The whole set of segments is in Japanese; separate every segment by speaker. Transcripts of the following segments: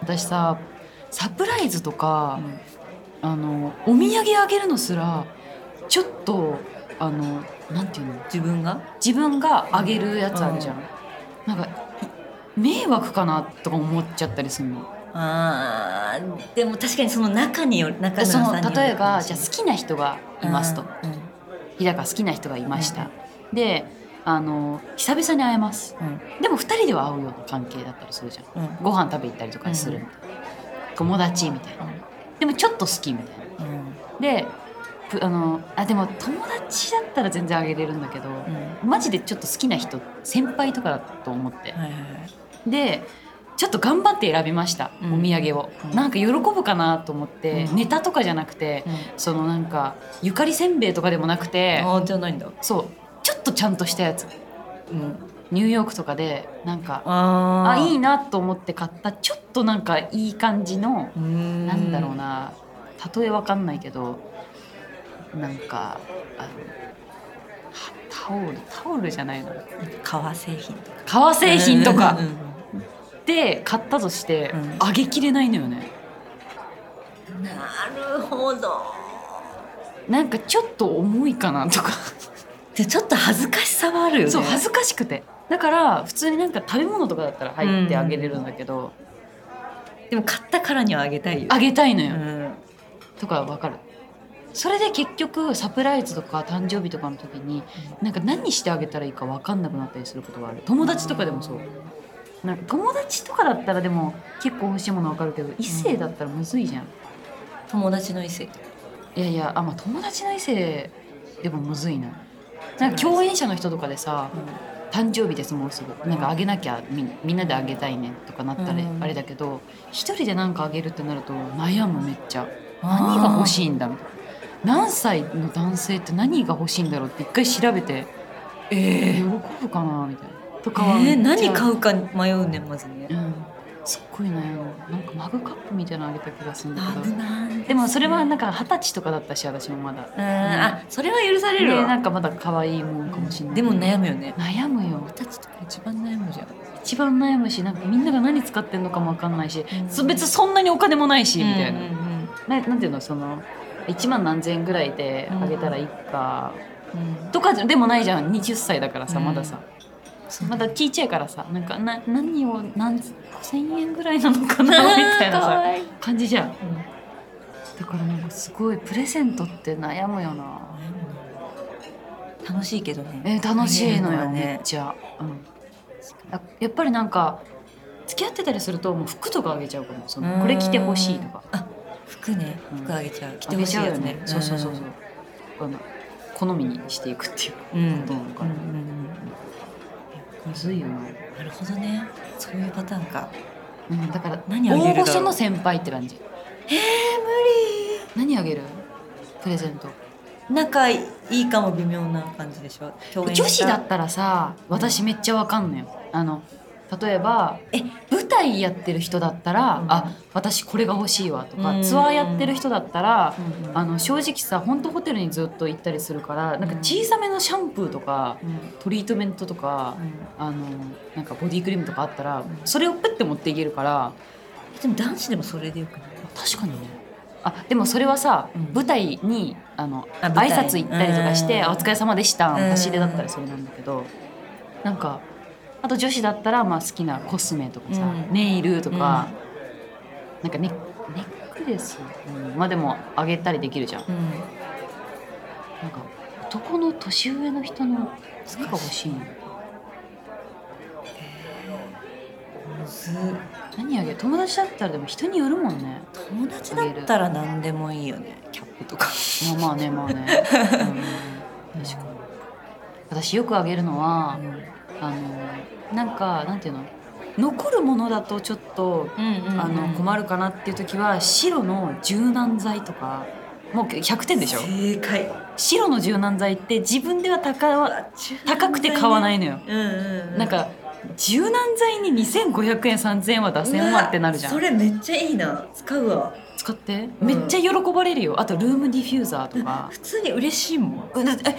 Speaker 1: 私さサプライズとか、あのお土産あげるのすらちょっとあのなんていうの
Speaker 2: 自分が
Speaker 1: 自分があげるやつあるじゃん、なんかい迷惑かなとか思っちゃったりするの
Speaker 2: あーでも確かにその中による中村
Speaker 1: そ
Speaker 2: さん
Speaker 1: の
Speaker 2: による
Speaker 1: 例えば
Speaker 2: かもし
Speaker 1: じゃ
Speaker 2: れ
Speaker 1: あ
Speaker 2: ない
Speaker 1: 好きな人がいますと、
Speaker 2: うん
Speaker 1: 日高好きな人がいました、であの久々に会えます
Speaker 2: うん
Speaker 1: でも二人では会うような関係だったりするじゃん
Speaker 2: うん
Speaker 1: ご飯食べ行ったりとかするみたいな、友達みたいなでもちょっと好きみたいな
Speaker 2: うん
Speaker 1: でぷあのあでも友達だったら全然あげれるんだけど、
Speaker 2: うんうん
Speaker 1: マジでちょっと好きな人先輩とかだと思って、
Speaker 2: はいはいはい
Speaker 1: でちょっと頑張って選びました、
Speaker 2: うん
Speaker 1: お土産を、
Speaker 2: うん
Speaker 1: なんか喜ぶかなと思って、
Speaker 2: うん
Speaker 1: ネタとかじゃなくて、そのなんかゆかりせんべいとかでもなくて、
Speaker 2: あーじゃないんだ
Speaker 1: そうちょっとちゃんとしたやつ
Speaker 2: うん
Speaker 1: ニューヨークとかでなんか
Speaker 2: あ
Speaker 1: あ
Speaker 2: ー
Speaker 1: いいなと思って買ったちょっとなんかいい感じの
Speaker 2: うーん
Speaker 1: なんだろうな例えわかんないけどなんかあのはタオルタオルじゃないの
Speaker 2: 革製品とか
Speaker 1: 革製品とか
Speaker 2: うんうん
Speaker 1: で買ったとして、
Speaker 2: うん
Speaker 1: あげきれないのよね
Speaker 2: うんなるほど
Speaker 1: なんかちょっと重いかなとか
Speaker 2: でちょっと恥ずかしさはあるよね
Speaker 1: そう恥ずかしくてだから普通になんか食べ物とかだったら入ってあげれるんだけど、
Speaker 2: でも買ったからにはあげたいよ
Speaker 1: あげたいの
Speaker 2: う
Speaker 1: よ、
Speaker 2: ん
Speaker 1: とかわかるそれで結局サプライズとか誕生日とかの時になんか何してあげたらいいかわかんなくなったりすることがある友達とかでもそうなんか友達とかだったらでも結構欲しいものわかるけど異性だったらむずいじゃん、
Speaker 2: 友達の異性
Speaker 1: いやいやあまあ友達の異性でもむずいななんか共演者の人とかでさ「誕生日ですもうすぐ」なんかあげなきゃみみんなであげたいねとかなったら
Speaker 2: うん
Speaker 1: あれだけど一人でなんかあげるってなると悩むめっちゃ
Speaker 2: あー
Speaker 1: 何が欲しいんだみたいな何歳の男性って何が欲しいんだろうって一回調べて
Speaker 2: え
Speaker 1: 喜ぶかなみたいなと
Speaker 2: え
Speaker 1: かはめっちゃ
Speaker 2: 何買うか迷うねまずね
Speaker 1: うん、すっごい悩むなんかマグカップみたいなのあげた気がするんだけど
Speaker 2: ない
Speaker 1: でもそれは
Speaker 2: うん
Speaker 1: なんか二十歳とかだったし私もまだ、
Speaker 2: あそれは許され
Speaker 1: ね、
Speaker 2: るわ
Speaker 1: なんかまだ可愛いもんかもしれない
Speaker 2: でも悩むよね
Speaker 1: 悩むよ
Speaker 2: 二十歳とか一番悩むじゃん
Speaker 1: 一番悩むしなんかみんなが何使ってんのかも分かんないし、
Speaker 2: うん
Speaker 1: そ別にそんなにお金もないし、みたいな
Speaker 2: うんうん
Speaker 1: ななんていうのその1万何千円ぐらいであげたらいいか、
Speaker 2: うん
Speaker 1: とかでもないじゃん20歳だからさまださ、
Speaker 2: そう
Speaker 1: まだちいちゃいからさなんかな何を何5,000円ぐらいなのかなみたいな
Speaker 2: か
Speaker 1: さ
Speaker 2: わいい
Speaker 1: 感じじゃん
Speaker 2: うん
Speaker 1: だからなんかすごいプレゼントって悩むよな。
Speaker 2: 楽しいけどね
Speaker 1: えー楽しいのよ
Speaker 2: ね
Speaker 1: めっちゃ。うんあやっぱりなんか付き合ってたりするともう服とかあげちゃうかも。そのこれ着てほしいとか。
Speaker 2: あ服ね
Speaker 1: うん
Speaker 2: 服あげちゃう
Speaker 1: 着
Speaker 2: 着てほしいやつね
Speaker 1: そうそうそうそう。あの好みにしていくっていう
Speaker 2: うんうん
Speaker 1: どうなのかな
Speaker 2: うんうんうん
Speaker 1: むずいよな。
Speaker 2: なるほどねそういうパターンか
Speaker 1: うんだから
Speaker 2: 何あげるだろ
Speaker 1: 大
Speaker 2: う
Speaker 1: 御所の先輩って感じ。
Speaker 2: え無
Speaker 1: 何あげる？プレゼント。
Speaker 2: 理仲いいかも微妙な感じでしょ共演者
Speaker 1: 女子だったらさ私めっちゃわかんのよあの例えば
Speaker 2: え
Speaker 1: 舞台やってる人だったら、
Speaker 2: うん
Speaker 1: あ私これが欲しいわとか、
Speaker 2: うん
Speaker 1: ツアーやってる人だったら、
Speaker 2: うんうん
Speaker 1: あの正直さ本当ホテルにずっと行ったりするからなんか小さめのシャンプーとか
Speaker 2: うん
Speaker 1: トリートメントとか、
Speaker 2: う
Speaker 1: あのなんかボディクリームとかあったら
Speaker 2: ん
Speaker 1: それをプッて持っていけるから
Speaker 2: んでも男子でもそれでよくない
Speaker 1: 確かにねあでもそれはさ、
Speaker 2: うん
Speaker 1: 舞台にあの
Speaker 2: あ
Speaker 1: 挨
Speaker 2: 舞台
Speaker 1: 拶行ったりとかして「
Speaker 2: うん
Speaker 1: お疲れ様でした」
Speaker 2: うん
Speaker 1: 差し入れだったりそれなんだけどなんかあと女子だったらまあ好きなコスメとかさ、
Speaker 2: うん
Speaker 1: ネイルとか、なんかネネックレス、うんまあでもあげたりできるじゃん
Speaker 2: うん
Speaker 1: なんか男の年上の人の何が欲しいの
Speaker 2: むず
Speaker 1: 何あげる友達だったらでも人によるもんね
Speaker 2: 友達だったら何でもいいよねキャップとか
Speaker 1: まあまあねまあね、うん確かに私よくあげるのは、あのなんかなんていうの残るものだとちょっと、あ
Speaker 2: あ
Speaker 1: の困るかなっていう時は白の柔軟剤とかもう100点でしょ
Speaker 2: 正解
Speaker 1: 白の柔軟剤って自分では高は高くて買わないのよ、
Speaker 2: うんうんう
Speaker 1: なんか柔軟剤に2500円3000円は出せんわってなるじゃ
Speaker 2: うわ
Speaker 1: ん
Speaker 2: それめっちゃいいな使うわ
Speaker 1: 使って
Speaker 2: うん
Speaker 1: めっちゃ喜ばれるよあとルームディフューザーとか
Speaker 2: 普通に嬉しいもん
Speaker 1: うんだってえ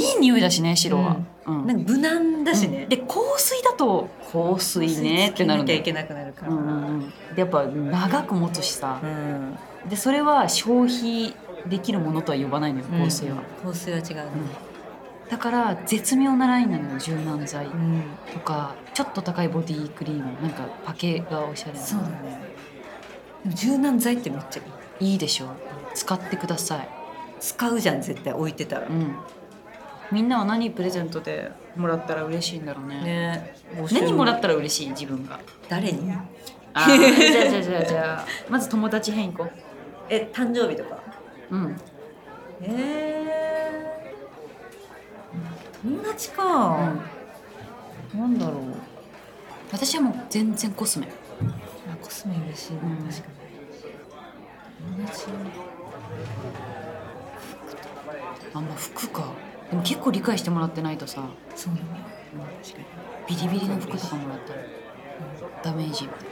Speaker 1: いい匂いだしね白は、
Speaker 2: うん
Speaker 1: うん
Speaker 2: なんか無難だし
Speaker 1: う
Speaker 2: ね
Speaker 1: ん、で香水だと香水ねってなる
Speaker 2: つ
Speaker 1: ん
Speaker 2: け
Speaker 1: だ
Speaker 2: なきゃい
Speaker 1: よ
Speaker 2: けなくなるか
Speaker 1: う
Speaker 2: ら、
Speaker 1: んうんうん、でやっぱ長く持つしさ
Speaker 2: う、ん
Speaker 1: でそれは消費できるものとは呼ばないのよ香水は、
Speaker 2: 香水は違うね、
Speaker 1: だから絶妙なラインなのよ柔軟剤
Speaker 2: うん
Speaker 1: とかちょっと高いボディクリームなんかパケがおしゃれな
Speaker 2: そうだねでも柔軟剤ってめっちゃいい
Speaker 1: いいでしょ使ってください、
Speaker 2: 使うじゃん絶対置いてたら、
Speaker 1: うん、みんなは何プレゼントでもらったら嬉しいんだろうね
Speaker 2: ね
Speaker 1: 何もら
Speaker 2: っ
Speaker 1: ったら嬉しい自分が
Speaker 2: 誰 に
Speaker 1: あーじゃあじゃあじゃあじゃあまず友達編行こ
Speaker 2: え誕生日とか
Speaker 1: ううん
Speaker 2: えー、友達か、
Speaker 1: なんだろう私はもう全然コスメ
Speaker 2: あコスメ嬉しいな、
Speaker 1: うん
Speaker 2: 確かに友達
Speaker 1: あんま服かでも結構理解してもらってないとさ
Speaker 2: そうなんだ、確かに
Speaker 1: ビリビリの服とかもらったらダメージみたい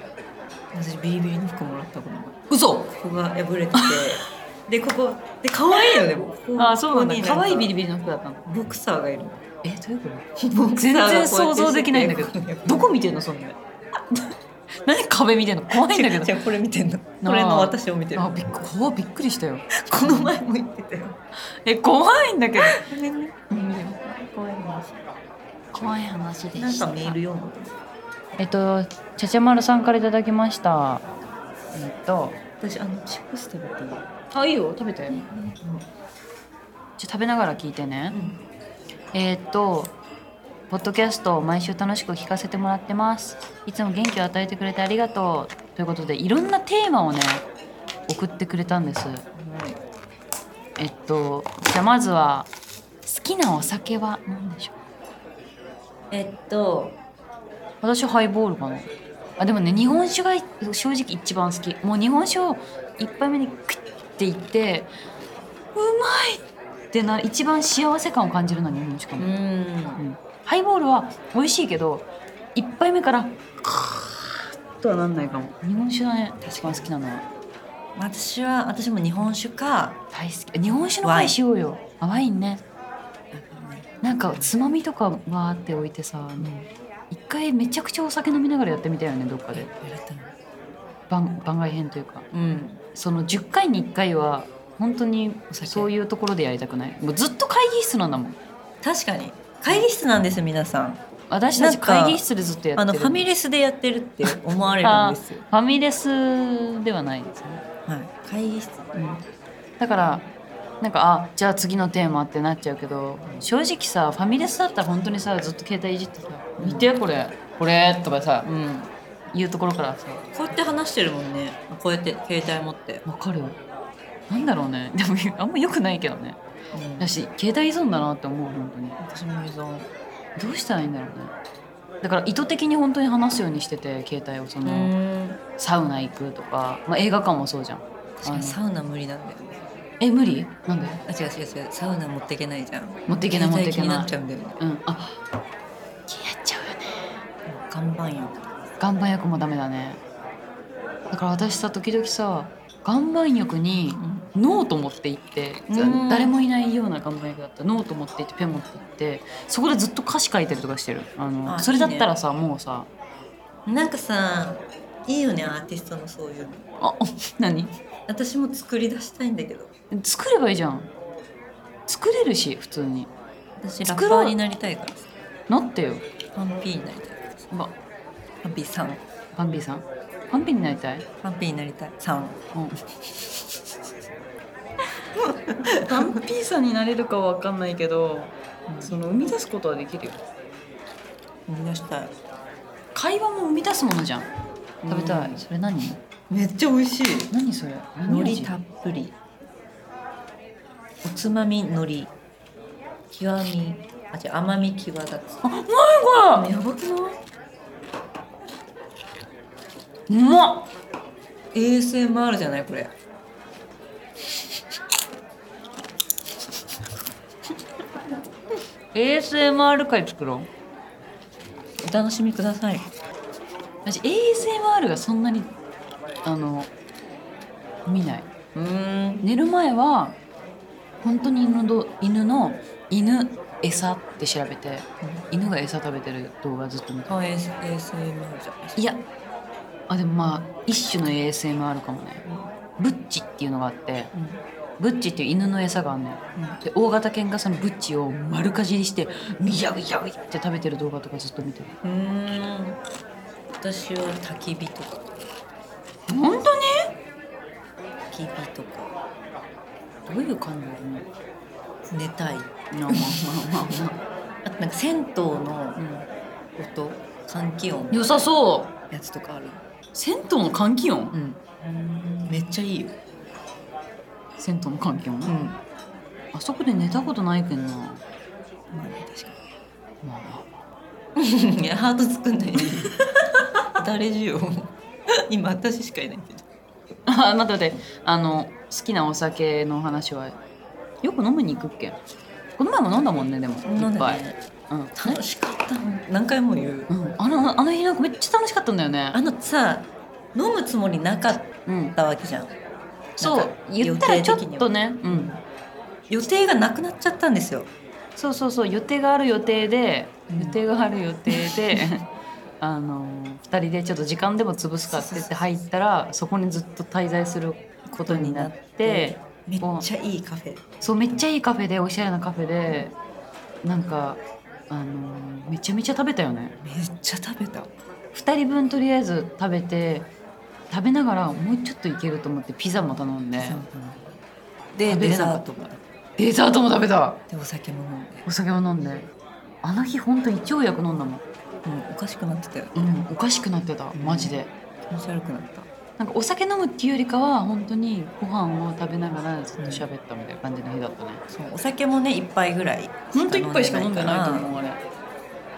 Speaker 1: な
Speaker 2: 私ビリビリの服もらったこの
Speaker 1: 嘘
Speaker 2: ここが破れてて でここで可愛いよでもここ
Speaker 1: あそうなんだ
Speaker 2: ここ
Speaker 1: 可
Speaker 2: に
Speaker 1: 愛いビリビリの服だったの
Speaker 2: ボクサーがいる
Speaker 1: えどういうこと
Speaker 2: 全
Speaker 1: 全然想像できないんだけどどこ見てんのそ んな何壁見てんの怖いんだけど
Speaker 2: じゃこれ見てんの
Speaker 1: なあ
Speaker 2: これの私を見てる
Speaker 1: あびっく怖びっくりしたよ
Speaker 2: この前も言ってたよ
Speaker 1: え怖いんだけど
Speaker 2: ごめんね怖い話
Speaker 1: 怖い話で
Speaker 2: なんかメール読む
Speaker 1: えっとちゃちゃまるさんからいただきましたえっと
Speaker 2: 私あのチップス食べていい
Speaker 1: あいいよ食べてじゃあ食べながら聞いてね、えーっとポッドキャストを毎週楽しく聞かせてもらってますいつも元気を与えてくれてありがとうということでいろんなテーマをね送ってくれたんですえっとじゃあまずは好きなお酒は何でしょう
Speaker 2: えっと
Speaker 1: 私ハイボールかなあでもね日本酒が正直一番好きもう日本酒を一杯目にクッていってうまいってな一番幸せ感を感じるのは日本酒か
Speaker 2: う
Speaker 1: も、うんんハイボールは美味しいけど一杯目からカーッとはなんないかも日本酒がね一番好きなのは
Speaker 2: 私は私も日本酒か
Speaker 1: 大好き日本酒の回しようよあワインねなんかつまみとかわーって置いてさ一回めちゃくちゃお酒飲みながらやってみたよねどっかで番番外編というか
Speaker 2: うん
Speaker 1: その10回に1回は本当に
Speaker 2: お酒
Speaker 1: そういうところでやりたくないもうずっと会議室なんだもん
Speaker 2: 確かに会議室なんですよ皆さん
Speaker 1: 私た
Speaker 2: な
Speaker 1: ち
Speaker 2: んか
Speaker 1: 会議室でずっとやってる
Speaker 2: あのファミレスでやってるって思われるんですよ
Speaker 1: ファミレスではないですね、
Speaker 2: はい会議室
Speaker 1: うん、だからなんかあじゃあ次のテーマってなっちゃうけど正直さファミレスだったら本当にさずっと携帯いじってさ「見てこれこれ」とかさ、うん、言うところからさ
Speaker 2: こうやって話してるもんねこうやって携帯持って、
Speaker 1: わかるなんだろうねでもあんま良くないけどねだし携帯依存だなって思う本当に
Speaker 2: 私も依存
Speaker 1: どうしたらいいんだろうねだから意図的に本当に話すようにしてて携帯をその、
Speaker 2: うん
Speaker 1: サウナ行くとか、まあ、映画館もそうじゃん
Speaker 2: 確かにサウナ無理なんだよね
Speaker 1: え無理なんで
Speaker 2: あ違う違う違うサウナ持っていけないじゃん
Speaker 1: 持っていけない持っていけ
Speaker 2: 携帯気にな
Speaker 1: な
Speaker 2: っ
Speaker 1: い
Speaker 2: ちゃうんだよね
Speaker 1: うんあ消えちゃうよね
Speaker 2: 岩盤浴とか
Speaker 1: 岩盤浴もダメだねだから私さ時々さ岩盤浴にノート持って行って、
Speaker 2: うん
Speaker 1: 誰もいないような岩盤浴だったらノート持って行ってペン持って行ってそこでずっと歌詞書いたりとかしてるあの
Speaker 2: あ
Speaker 1: それだったらさもうさ
Speaker 2: なんかさいいよねアーティストのそういうの
Speaker 1: あ 何
Speaker 2: 私も作り出したいんだけど
Speaker 1: 作ればいいじゃん作れるし普通に
Speaker 2: 私ラ
Speaker 1: 作ろ
Speaker 2: ッ
Speaker 1: う
Speaker 2: パーになりたいからさ
Speaker 1: なってよ
Speaker 2: パンピーになりたいからさ
Speaker 1: ば
Speaker 2: パンピーさん
Speaker 1: パンピーさんパンピーになりたい、
Speaker 2: パンピーになりたいさん
Speaker 1: うん、パンピーさんになれるかは分かんないけどその生み出すことはできるよ
Speaker 2: 生み出したい
Speaker 1: 会話も生み出すものじゃん食べたい、
Speaker 2: うん
Speaker 1: それ何
Speaker 2: めっちゃ美味しい
Speaker 1: 何それ
Speaker 2: 海
Speaker 1: 何
Speaker 2: 苔
Speaker 1: 味
Speaker 2: たっぷりおつまみ海苔極みあ違う甘み際立つ
Speaker 1: あ何こ
Speaker 2: やばくない
Speaker 1: れうまっ
Speaker 2: ASMR じゃないこれ
Speaker 1: 衛 ASMR 会作ろう
Speaker 2: お楽しみください
Speaker 1: 私 ASMR がそんなにあの見ないう
Speaker 2: ーん
Speaker 1: 寝る前は本当に犬の犬の犬餌って調べて犬が餌食べてる動画ずっと見て
Speaker 2: あ AS ASMR じゃないですか
Speaker 1: いやあでもまあ一種の ASMR かもねブッチっていうのがあって
Speaker 2: うん
Speaker 1: ブッチっていう犬の餌があんねんで大型犬がそのブッチを丸かじりしてミヤウヤウヤって食べてる動画とかずっと見てる
Speaker 2: うーん私は焚き火とか
Speaker 1: 本当に
Speaker 2: 焚き火とか
Speaker 1: どういう感情ね
Speaker 2: 寝たい
Speaker 1: まあまあまあま
Speaker 2: あとなんか銭湯の
Speaker 1: あ、うん
Speaker 2: 音換気音の
Speaker 1: 良さそう
Speaker 2: やつとかある
Speaker 1: 銭湯の換気音、
Speaker 2: うんめっちゃいいよ
Speaker 1: 銭湯の換気音、
Speaker 2: うん
Speaker 1: あそこで寝たことないけんなま
Speaker 2: 確か
Speaker 1: あ ま
Speaker 2: にいやハート作んないで誰じよ今私しかいないけど
Speaker 1: ああ待って待ってあの好きなお酒の話はよく飲みに行くっけこの前も飲んだもんねでもいっぱい、うん
Speaker 2: 楽しかった何回も言う
Speaker 1: うん、あのあの日なんかめっちゃ楽しかったんだよね
Speaker 2: あのさ飲むつもりなかっ
Speaker 1: うん
Speaker 2: たわけじゃん
Speaker 1: そ
Speaker 2: なん
Speaker 1: う
Speaker 2: か
Speaker 1: 言ったらちょっと
Speaker 2: 予定的には
Speaker 1: ねうん
Speaker 2: 予定がなくなっちゃったんですよ
Speaker 1: そうそうそう予定がある予定で、
Speaker 2: うん
Speaker 1: 予定がある予定で あの2人でちょっと時間でも潰すかって言って入ったらそこにずっと滞在することになって
Speaker 2: めっちゃいいカフェ
Speaker 1: そうめっちゃいいカフェでおしゃれなカフェでなんかあのめちゃめちゃ食べたよね
Speaker 2: めっちゃ食べた
Speaker 1: 2人分とりあえず食べて食べながらもうちょっといけると思ってピザも頼んで
Speaker 2: で
Speaker 1: 食べれ
Speaker 2: デ
Speaker 1: な
Speaker 2: ザ
Speaker 1: か
Speaker 2: ー
Speaker 1: った
Speaker 2: トも
Speaker 1: デザートも食べた
Speaker 2: でお酒も飲んで
Speaker 1: お酒を飲んであの日ほんと胃腸薬飲んだもん、
Speaker 2: もうおかしくなってたよ
Speaker 1: うん、おかしくなってたマジで
Speaker 2: 気持ち悪くなった
Speaker 1: なんかお酒飲むっていうよりかは本当にご飯を食べながらずっと喋ったみたいな感じの日だったね
Speaker 2: そうお酒もね一杯ぐらい
Speaker 1: ほんと一杯しか飲んでないと
Speaker 2: う
Speaker 1: 思うあれ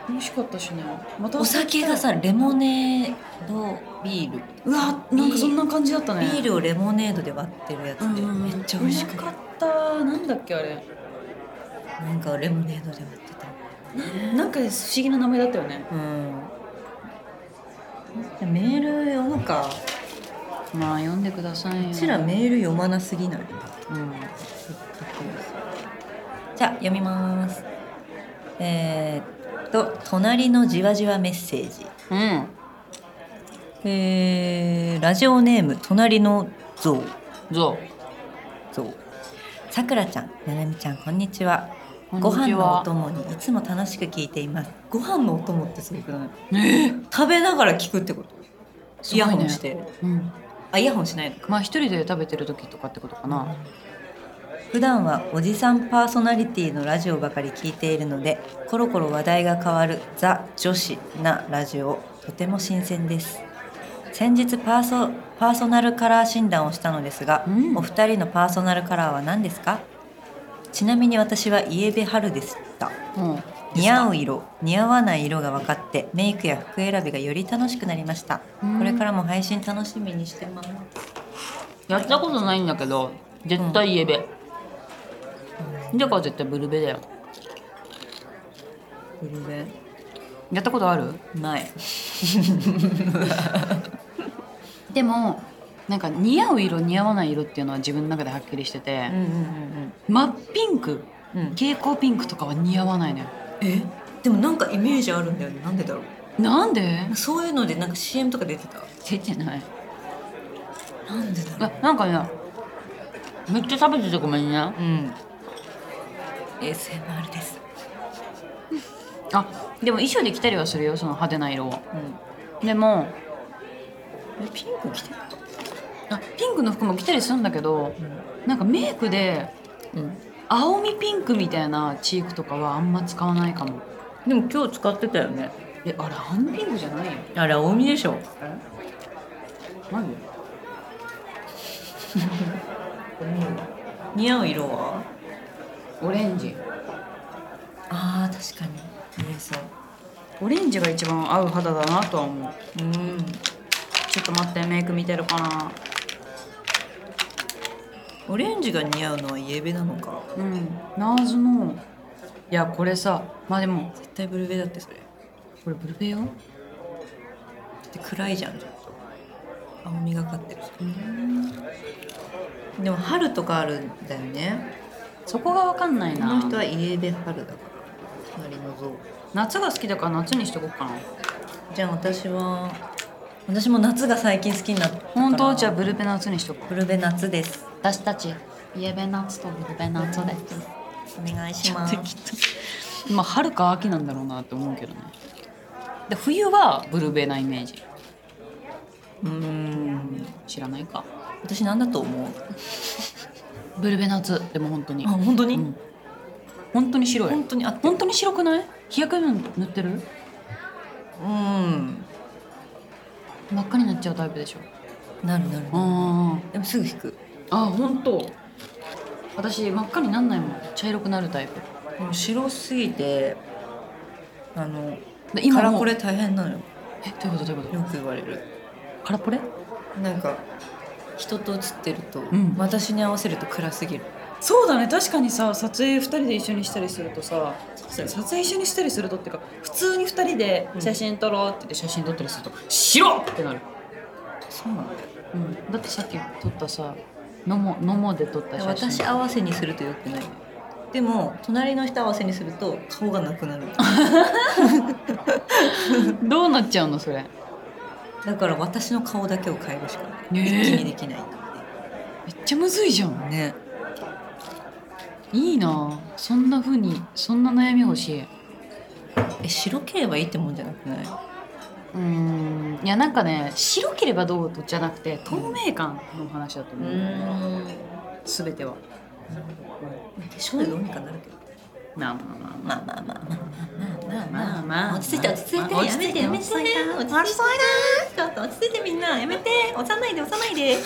Speaker 1: 美味しかったしねまた
Speaker 2: お酒がさレモネードビール
Speaker 1: うわなんかそんな感じだったね
Speaker 2: ビールをレモネードで割ってるやつ
Speaker 1: うん
Speaker 2: で
Speaker 1: うん
Speaker 2: め
Speaker 1: うん
Speaker 2: っちゃ美味し
Speaker 1: う
Speaker 2: くて
Speaker 1: まかったなんだっけあれ
Speaker 2: なんかレモネードで割ってた
Speaker 1: なんか不思議な名前だったよね
Speaker 2: うんメール読むか
Speaker 1: まあ読んでくださいよ
Speaker 2: うちらメール読まなすぎない
Speaker 1: うん
Speaker 2: じゃあ読みますえーっと「隣のじわじわメッセージ
Speaker 1: うん」
Speaker 2: えーラジオネーム「隣の像
Speaker 1: ゾ
Speaker 2: 像」さくらちゃんななみちゃんこんにちは
Speaker 1: ウ
Speaker 2: ご飯のお
Speaker 1: こんに
Speaker 2: 供にいつも楽しく聞いていますご飯のお供ってすごくない
Speaker 1: ちは
Speaker 2: 食べながら聞くってこと
Speaker 1: す
Speaker 2: イ
Speaker 1: ごいね
Speaker 2: ヤホンして
Speaker 1: うん
Speaker 2: あイヤホンしないの
Speaker 1: まあ一人で食べてる時とかってことかな。
Speaker 2: 普段はおじさんパーソナリティのラジオばかり聞いているのでコロコロ話題が変わる「ザ・女子」なラジオとても新鮮です先日パーソパーソナルカラー診断をしたのですが、
Speaker 1: うん
Speaker 2: お二人のパーソナルカラーは何ですかちなみに私はイエベハルでした
Speaker 1: うん。
Speaker 2: 似合う色似合わない色が分かってメイクや服選びがより楽しくなりました、
Speaker 1: うん
Speaker 2: これからも配信楽しみにしてます
Speaker 1: やったことないんだけど、絶対イエベ。だから絶対ブルベだよ。
Speaker 2: ブルベ
Speaker 1: やったことある？
Speaker 2: ない
Speaker 1: でもなんか似合う色似合わない色っていうのは自分の中ではっきりしてて
Speaker 2: うん、うんうん
Speaker 1: 真っピンク、
Speaker 2: うんうん
Speaker 1: 蛍光ピンクとかは似合わないね。
Speaker 2: えでもなんかイメージあるんだよねなんでだろう
Speaker 1: なんで？
Speaker 2: そういうのでなんか CM とか出てた
Speaker 1: 出てない。
Speaker 2: なんでだ
Speaker 1: あなんかね、めっちゃ食べててごめんね。あ
Speaker 2: ううん ASMR です、
Speaker 1: でも衣装で着たりはするよその派手な色を。
Speaker 2: うん、
Speaker 1: でも
Speaker 2: えピンク着てた
Speaker 1: あピンクの服も着たりするんだけど、なんかメイクで
Speaker 2: うん
Speaker 1: 青みピンクみたいなチークとかはあんま使わないかも
Speaker 2: でも今日使ってたよね
Speaker 1: えあれ青みピンクじゃないよ
Speaker 2: あれ青みでしょ
Speaker 1: マジ
Speaker 2: 似合う色は
Speaker 1: オレンジ
Speaker 2: あー確かに似合いそう
Speaker 1: オレンジが一番合う肌だなとは思う
Speaker 2: うん
Speaker 1: ちょっと待ってメイク見てるかな
Speaker 2: オレンジが似合うのはイエベなのか
Speaker 1: うんナーズのいやこれさまあでも
Speaker 2: 絶対ブルベだってそれだ
Speaker 1: これブルベよ
Speaker 2: って暗いじゃんちょっと青みがかってるでも春とかあるんだよね
Speaker 1: そこがわかんない
Speaker 2: こ
Speaker 1: な
Speaker 2: の人はイエベ春だから隣の像
Speaker 1: 夏が好きだから夏にしとこうかな
Speaker 2: じゃあ私は私も夏が最近好きになったから
Speaker 1: 本当じゃあブルベ夏にしとこう
Speaker 2: ブルベ夏です
Speaker 1: 私たちイエベ夏とブルベ夏で
Speaker 2: お願いします
Speaker 1: 適当まあ春か秋なんだろうなって思うけどねで冬はブルベなイメージ
Speaker 2: うーん
Speaker 1: 知らないか
Speaker 2: 私なんだと思う
Speaker 1: ブルベ夏でも本当に
Speaker 2: あ本当
Speaker 1: う
Speaker 2: に、
Speaker 1: ん本当に白い
Speaker 2: 本当にあって
Speaker 1: 本当に白くない日焼け止め塗ってる
Speaker 2: うん
Speaker 1: 真っ赤になっちゃうタイプでしょ
Speaker 2: なるなる
Speaker 1: あ
Speaker 2: でもすぐ引く
Speaker 1: あ本当私真っ赤になんないもん茶色くなるタイプ
Speaker 2: でも白すぎてあの
Speaker 1: で
Speaker 2: カラ
Speaker 1: もう
Speaker 2: コレ大変なのよ
Speaker 1: えどういうことどういうこ
Speaker 2: よく言われる
Speaker 1: とカラポレ
Speaker 2: なんか人と写ってると、
Speaker 1: ん
Speaker 2: 私に合わせると暗すぎる
Speaker 1: そうだね確かにさ撮影2人で一緒にしたりするとさ撮影一緒にしたりするとっていうか普通に2人で写真撮ろうって言って写真撮ったりすると「白っ!」ってなる、
Speaker 2: そうなんだよ
Speaker 1: うん、だってさっき撮ったさのものもで撮った写真
Speaker 2: 私合わせにするとよくないでも隣の人合わせにすると顔がなくなる
Speaker 1: どうなっちゃうのそれ
Speaker 2: だから私の顔だけを変えるしかない、
Speaker 1: ねえ
Speaker 2: 一気にできない
Speaker 1: めっちゃむずいじゃん
Speaker 2: ね
Speaker 1: いいなあそんな風にそんな悩み欲しい
Speaker 2: え白ければいいってもんじゃなくないう
Speaker 1: ーんいやなんかね白ければどうとじゃなくて透明感の話だと思う、
Speaker 2: ん
Speaker 1: 全ては
Speaker 2: 化粧でどうにかなるけど
Speaker 1: まあまあまあまあ
Speaker 2: まあまあまあまあまあま
Speaker 1: ま
Speaker 2: あ
Speaker 1: あ
Speaker 2: ま
Speaker 1: ま
Speaker 2: あ
Speaker 1: あ
Speaker 2: 落ち着いて落ち着いて
Speaker 1: 落
Speaker 2: や
Speaker 1: ち着
Speaker 2: め
Speaker 1: い
Speaker 2: て
Speaker 1: て
Speaker 2: やめて
Speaker 1: 落ち着いて
Speaker 2: 落ち着いてちょっと落ち着いてみんなやめて押さないで押さないで